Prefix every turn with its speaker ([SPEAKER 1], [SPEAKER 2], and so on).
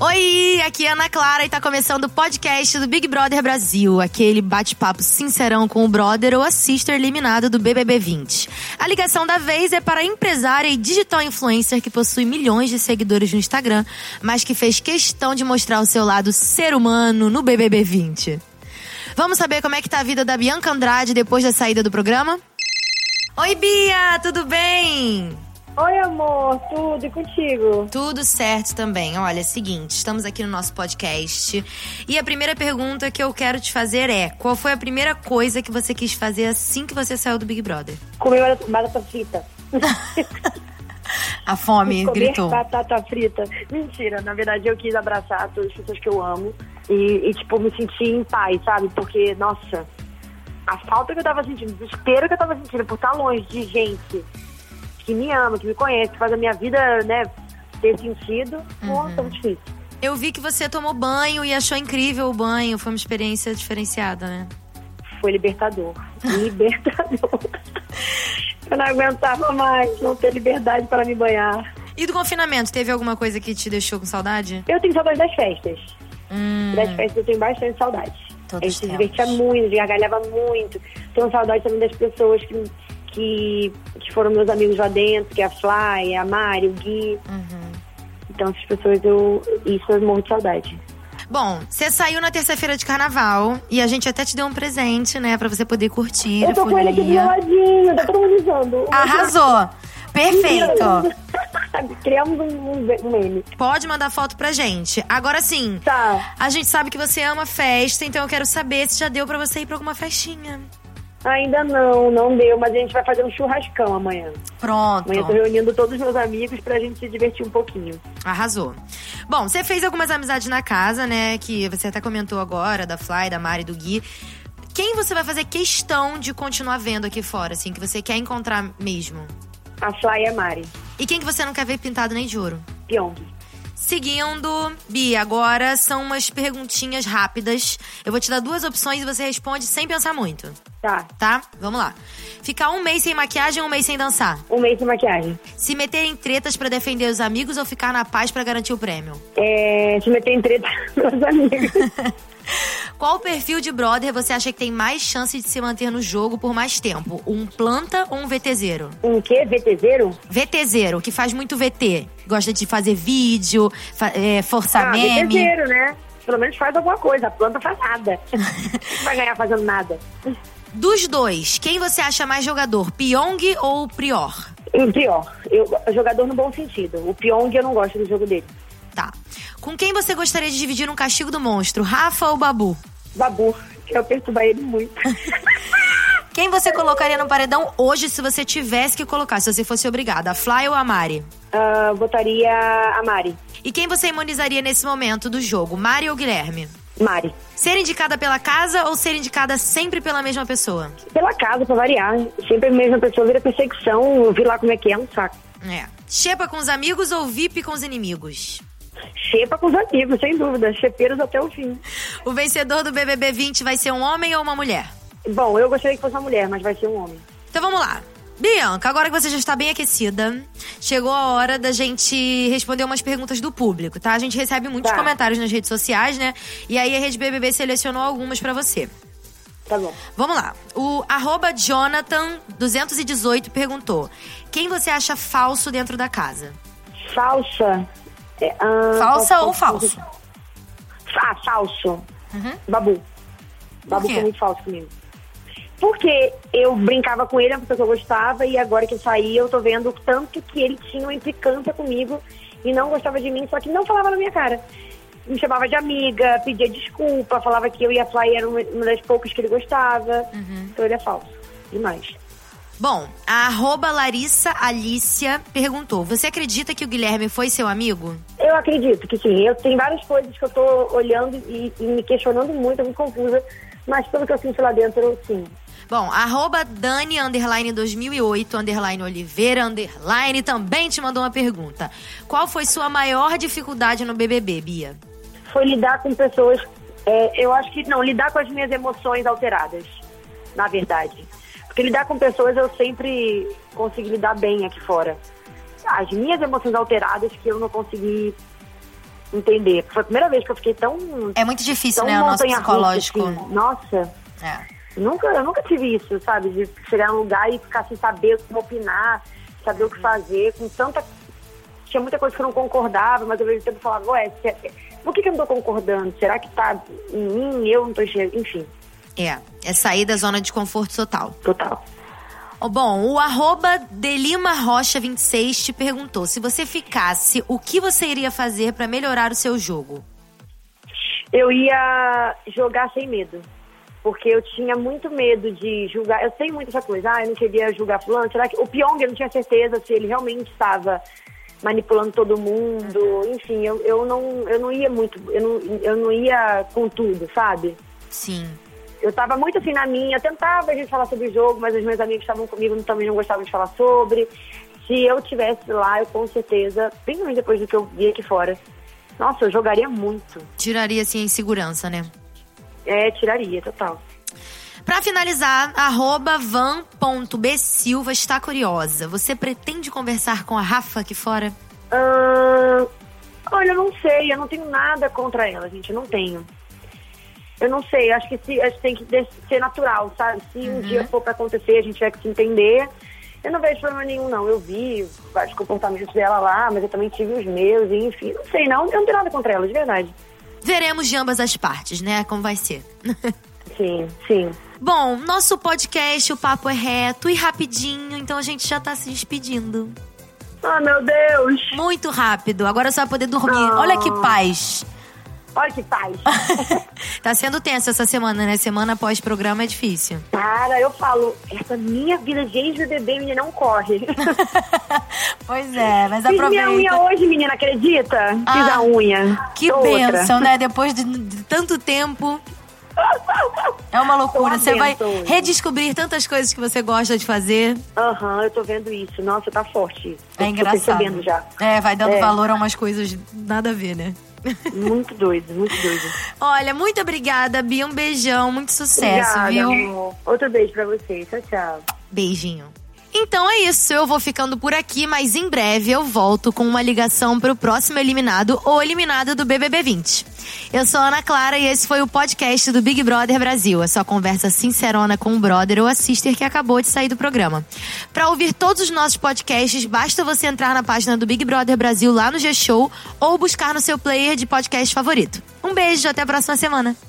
[SPEAKER 1] Oi, aqui é a Ana Clara e tá começando o podcast do Big Brother Brasil, aquele bate-papo sincerão com o brother ou a sister eliminado do BBB 20. A ligação da vez é para a empresária e digital influencer que possui milhões de seguidores no Instagram, mas que fez questão de mostrar o seu lado ser humano no BBB 20. Vamos saber como é que tá a vida da Bianca Andrade depois da saída do programa? Oi, Bia, tudo bem?
[SPEAKER 2] Oi, amor, tudo e contigo?
[SPEAKER 1] Tudo certo também. Olha, é o seguinte, estamos aqui no nosso podcast. E a primeira pergunta que eu quero te fazer é: qual foi a primeira coisa que você quis fazer assim que você saiu do Big Brother?
[SPEAKER 2] Comi batata, batata frita.
[SPEAKER 1] A fome
[SPEAKER 2] Comer
[SPEAKER 1] gritou.
[SPEAKER 2] batata frita. Mentira, na verdade eu quis abraçar todas as pessoas que eu amo e, e, tipo, me sentir em paz, sabe? Porque, nossa, a falta que eu tava sentindo, o desespero que eu tava sentindo por estar longe de gente que me ama, que me conhece, que faz a minha vida, né, ter sentido,
[SPEAKER 1] Uhum.
[SPEAKER 2] nossa, é muito difícil.
[SPEAKER 1] Eu vi que você tomou banho e achou incrível o banho. Foi uma experiência diferenciada, né?
[SPEAKER 2] Foi libertador. Libertador. eu não aguentava mais não ter liberdade para me banhar.
[SPEAKER 1] E do confinamento, teve alguma coisa que te deixou com saudade?
[SPEAKER 2] Eu tenho saudade das festas.
[SPEAKER 1] Hum,
[SPEAKER 2] Das festas eu tenho bastante saudade.
[SPEAKER 1] Todos
[SPEAKER 2] a gente se
[SPEAKER 1] temos.
[SPEAKER 2] divertia muito, a gente gargalhava muito. Tenho saudade também das pessoas que, que, que foram meus amigos lá dentro, que é a Fly, a Mari, o Gui.
[SPEAKER 1] uhum.
[SPEAKER 2] Então essas pessoas eu. Isso eu morro de saudade.
[SPEAKER 1] Bom, você saiu na terça-feira de carnaval e a gente até te deu um presente, né? Pra você poder curtir.
[SPEAKER 2] eu tô
[SPEAKER 1] a
[SPEAKER 2] com ele aqui do
[SPEAKER 1] folia.
[SPEAKER 2] meu ladinho, tá todo mundo usando.
[SPEAKER 1] Arrasou! Perfeito!
[SPEAKER 2] Criamos um, um, um meme.
[SPEAKER 1] Pode mandar foto pra gente. Agora sim,
[SPEAKER 2] Tá.
[SPEAKER 1] a gente sabe que você ama festa, então eu quero saber se já deu pra você ir pra alguma festinha.
[SPEAKER 2] Ainda não, não deu, mas a gente vai fazer um churrascão amanhã.
[SPEAKER 1] Pronto.
[SPEAKER 2] Amanhã eu tô reunindo todos os meus amigos pra gente se divertir um pouquinho.
[SPEAKER 1] Arrasou. Bom, você fez algumas amizades na casa, né? Que você até comentou agora, da Fly, da Mari, do Gui. Quem você vai fazer questão de continuar vendo aqui fora, assim, que você quer encontrar mesmo?
[SPEAKER 2] A Fly e a Mari.
[SPEAKER 1] E quem que você não quer ver pintado nem de ouro?
[SPEAKER 2] Pyong.
[SPEAKER 1] Seguindo, Bi, agora são umas perguntinhas rápidas. Eu vou te dar duas opções e você responde sem pensar muito,
[SPEAKER 2] Tá.
[SPEAKER 1] tá? Vamos lá. Ficar um mês sem maquiagem um mês sem dançar?
[SPEAKER 2] Um mês de maquiagem.
[SPEAKER 1] Se meter em tretas pra defender os amigos ou ficar na paz pra garantir o prêmio?
[SPEAKER 2] É, se meter em treta com meus amigos.
[SPEAKER 1] Qual perfil de brother você acha que tem mais chance de se manter no jogo por mais tempo? Um planta ou um VTZero?
[SPEAKER 2] Um quê? VTZero?
[SPEAKER 1] VTZero, que faz muito VT. Gosta de fazer vídeo, fa- é, forçar
[SPEAKER 2] ah,
[SPEAKER 1] meme.
[SPEAKER 2] VTZero, né? Pelo menos faz alguma coisa. A planta faz nada. Não vai ganhar fazendo nada.
[SPEAKER 1] Dos dois, quem você acha mais jogador? Pyong ou Prior?
[SPEAKER 2] E pior, eu, jogador no bom sentido. O Pyong eu não gosto do jogo dele.
[SPEAKER 1] Tá. Com quem você gostaria de dividir um castigo do monstro? Rafa ou Babu?
[SPEAKER 2] Babu, que eu perturbar ele muito.
[SPEAKER 1] Quem você colocaria no paredão hoje se você tivesse que colocar, se você fosse obrigada? A Fly ou a Mari?
[SPEAKER 2] Ah, botaria a Mari.
[SPEAKER 1] E quem você imunizaria nesse momento do jogo? Mari ou Guilherme?
[SPEAKER 2] Mari.
[SPEAKER 1] Ser indicada pela casa ou ser indicada sempre pela mesma pessoa?
[SPEAKER 2] Pela casa, pra variar. Sempre a mesma pessoa vira perseguição. Eu vi lá como é que é, um saco.
[SPEAKER 1] É. Xepa com os amigos ou VIP com os inimigos?
[SPEAKER 2] Xepa com os amigos, sem dúvida. Chepeiros até o fim.
[SPEAKER 1] O vencedor do BBB 20 vai ser um homem ou uma mulher?
[SPEAKER 2] Bom, eu gostaria que fosse uma mulher, mas vai ser um homem.
[SPEAKER 1] Então vamos lá. Bianca, agora que você já está bem aquecida, chegou a hora da gente responder umas perguntas do público, tá? A gente recebe muitos
[SPEAKER 2] Tá.
[SPEAKER 1] comentários nas redes sociais, né? E aí a Rede BBB selecionou algumas pra você.
[SPEAKER 2] Tá bom.
[SPEAKER 1] Vamos lá. O arroba Jonathan218 perguntou: Quem você acha falso dentro da casa?
[SPEAKER 2] Falsa. É, ah,
[SPEAKER 1] Falsa
[SPEAKER 2] posso-
[SPEAKER 1] ou falso?
[SPEAKER 2] Ah, falso.
[SPEAKER 1] Uhum.
[SPEAKER 2] Babu. Babu
[SPEAKER 1] quê?
[SPEAKER 2] foi muito falso comigo. Porque eu brincava com ele, é uma pessoa que eu gostava, e agora que eu saí, eu tô vendo o tanto que ele tinha uma implicância comigo e não gostava de mim, só que não falava na minha cara. Me chamava de amiga, pedia desculpa, falava que eu e a Fly eram uma uma das poucas que ele gostava.
[SPEAKER 1] Uhum.
[SPEAKER 2] Então ele é falso. Demais.
[SPEAKER 1] Bom, a arroba Larissa Alicia perguntou: Você acredita que o Guilherme foi seu amigo?
[SPEAKER 2] Eu acredito que sim. Eu tenho várias coisas que eu tô olhando e, e me questionando muito, eu muito confusa. Mas pelo que eu sinto lá dentro, sim.
[SPEAKER 1] Bom, arroba Dani underline 2008 underline Oliveira underline também te mandou uma pergunta. Qual foi sua maior dificuldade no BBB, Bia?
[SPEAKER 2] Foi lidar com pessoas. é, eu acho que não, lidar com as minhas emoções alteradas, na verdade. Porque lidar com pessoas eu sempre consegui lidar bem aqui fora. As minhas emoções alteradas que eu não consegui entender. Foi a primeira vez que eu fiquei tão.
[SPEAKER 1] É muito difícil,
[SPEAKER 2] tão
[SPEAKER 1] né? O nosso
[SPEAKER 2] montanha-russa,
[SPEAKER 1] psicológico.
[SPEAKER 2] assim. Nossa,
[SPEAKER 1] É.
[SPEAKER 2] nunca, eu nunca tive isso, sabe? De chegar num lugar e ficar sem saber como opinar, saber o que fazer, com tanta. Tinha muita coisa que eu não concordava, mas ao mesmo tempo eu falava, ué, se- é, por que, que eu não tô concordando? Será que tá em mim? Eu não tô enxergando. Enfim,
[SPEAKER 1] É. É sair da zona de conforto total.
[SPEAKER 2] total.
[SPEAKER 1] Ó, Bom, o arroba Delima Rocha 26 te perguntou se você ficasse, o que você iria fazer pra melhorar o seu jogo?
[SPEAKER 2] Eu ia jogar sem medo. Porque eu tinha muito medo de julgar. Eu tenho muito essa coisa. Ah, eu não queria julgar fulano. Será que. O Pyong, eu não tinha certeza se ele realmente estava manipulando todo mundo. Enfim, eu, eu, não, eu não ia muito. Eu não, eu não ia com tudo, sabe?
[SPEAKER 1] Sim.
[SPEAKER 2] Eu tava muito assim na minha, tentava a gente falar sobre o jogo, mas os meus amigos que estavam comigo não- também não gostavam de falar sobre. Se eu tivesse lá, eu com certeza, principalmente depois do que eu vi aqui fora, nossa, eu jogaria muito.
[SPEAKER 1] Tiraria, assim, a insegurança, né?
[SPEAKER 2] É, tiraria, total.
[SPEAKER 1] Pra finalizar, arroba van.bsilva está curiosa. Você pretende conversar com a Rafa aqui fora?
[SPEAKER 2] Ahn, olha, eu não sei, eu não tenho nada contra ela, gente, eu não tenho. Eu não sei, acho que se, acho que tem que des- ser natural, sabe? Se um dia for pra acontecer, a gente vai se entender. Eu não vejo problema nenhum, não. Eu vi vários comportamentos dela lá, mas eu também tive os meus, e enfim. Não sei, não. Eu não tenho nada contra ela, de verdade.
[SPEAKER 1] Veremos de ambas as partes, né? Como vai ser.
[SPEAKER 2] Sim, sim.
[SPEAKER 1] Bom, nosso podcast, o papo é reto e rapidinho, então a gente já tá se despedindo.
[SPEAKER 2] Ah, meu Deus!
[SPEAKER 1] Muito rápido, agora você vai poder dormir.
[SPEAKER 2] Ah.
[SPEAKER 1] Olha que paz.
[SPEAKER 2] Olha que paz!
[SPEAKER 1] Tá sendo tenso essa semana, né? Semana após programa é difícil.
[SPEAKER 2] Cara, eu falo, essa minha vida de ex-BBB, menina, não corre.
[SPEAKER 1] Pois é, mas
[SPEAKER 2] Fiz minha unha
[SPEAKER 1] aproveita.
[SPEAKER 2] hoje, menina, acredita? Fiz
[SPEAKER 1] Ah,
[SPEAKER 2] a unha.
[SPEAKER 1] Que
[SPEAKER 2] Outra.
[SPEAKER 1] bênção, né? Depois de, de tanto tempo. É uma loucura.
[SPEAKER 2] Tô
[SPEAKER 1] Você vai
[SPEAKER 2] bênção hoje.
[SPEAKER 1] redescobrir tantas coisas que você gosta de fazer.
[SPEAKER 2] Aham, eu tô vendo isso. Nossa, tá forte. isso.
[SPEAKER 1] É engraçado.
[SPEAKER 2] Tô percebendo já.
[SPEAKER 1] É, vai dando
[SPEAKER 2] É.
[SPEAKER 1] valor a umas coisas nada a ver, né?
[SPEAKER 2] Muito doido, muito doido.
[SPEAKER 1] Olha, muito obrigada, Bia. Um beijão, muito sucesso,
[SPEAKER 2] Obrigada,
[SPEAKER 1] viu?
[SPEAKER 2] amor. Outro beijo pra você. Tchau, tchau.
[SPEAKER 1] Beijinho. Então é isso, eu vou ficando por aqui, mas em breve eu volto com uma ligação pro próximo eliminado ou eliminada do BBB 20. Eu sou a Ana Clara e esse foi o podcast do Big Brother Brasil, a sua conversa sincerona com o brother ou a sister que acabou de sair do programa. Para ouvir todos os nossos podcasts, basta você entrar na página do Big Brother Brasil lá no G-Show ou buscar no seu player de podcast favorito. Um beijo, até a próxima semana.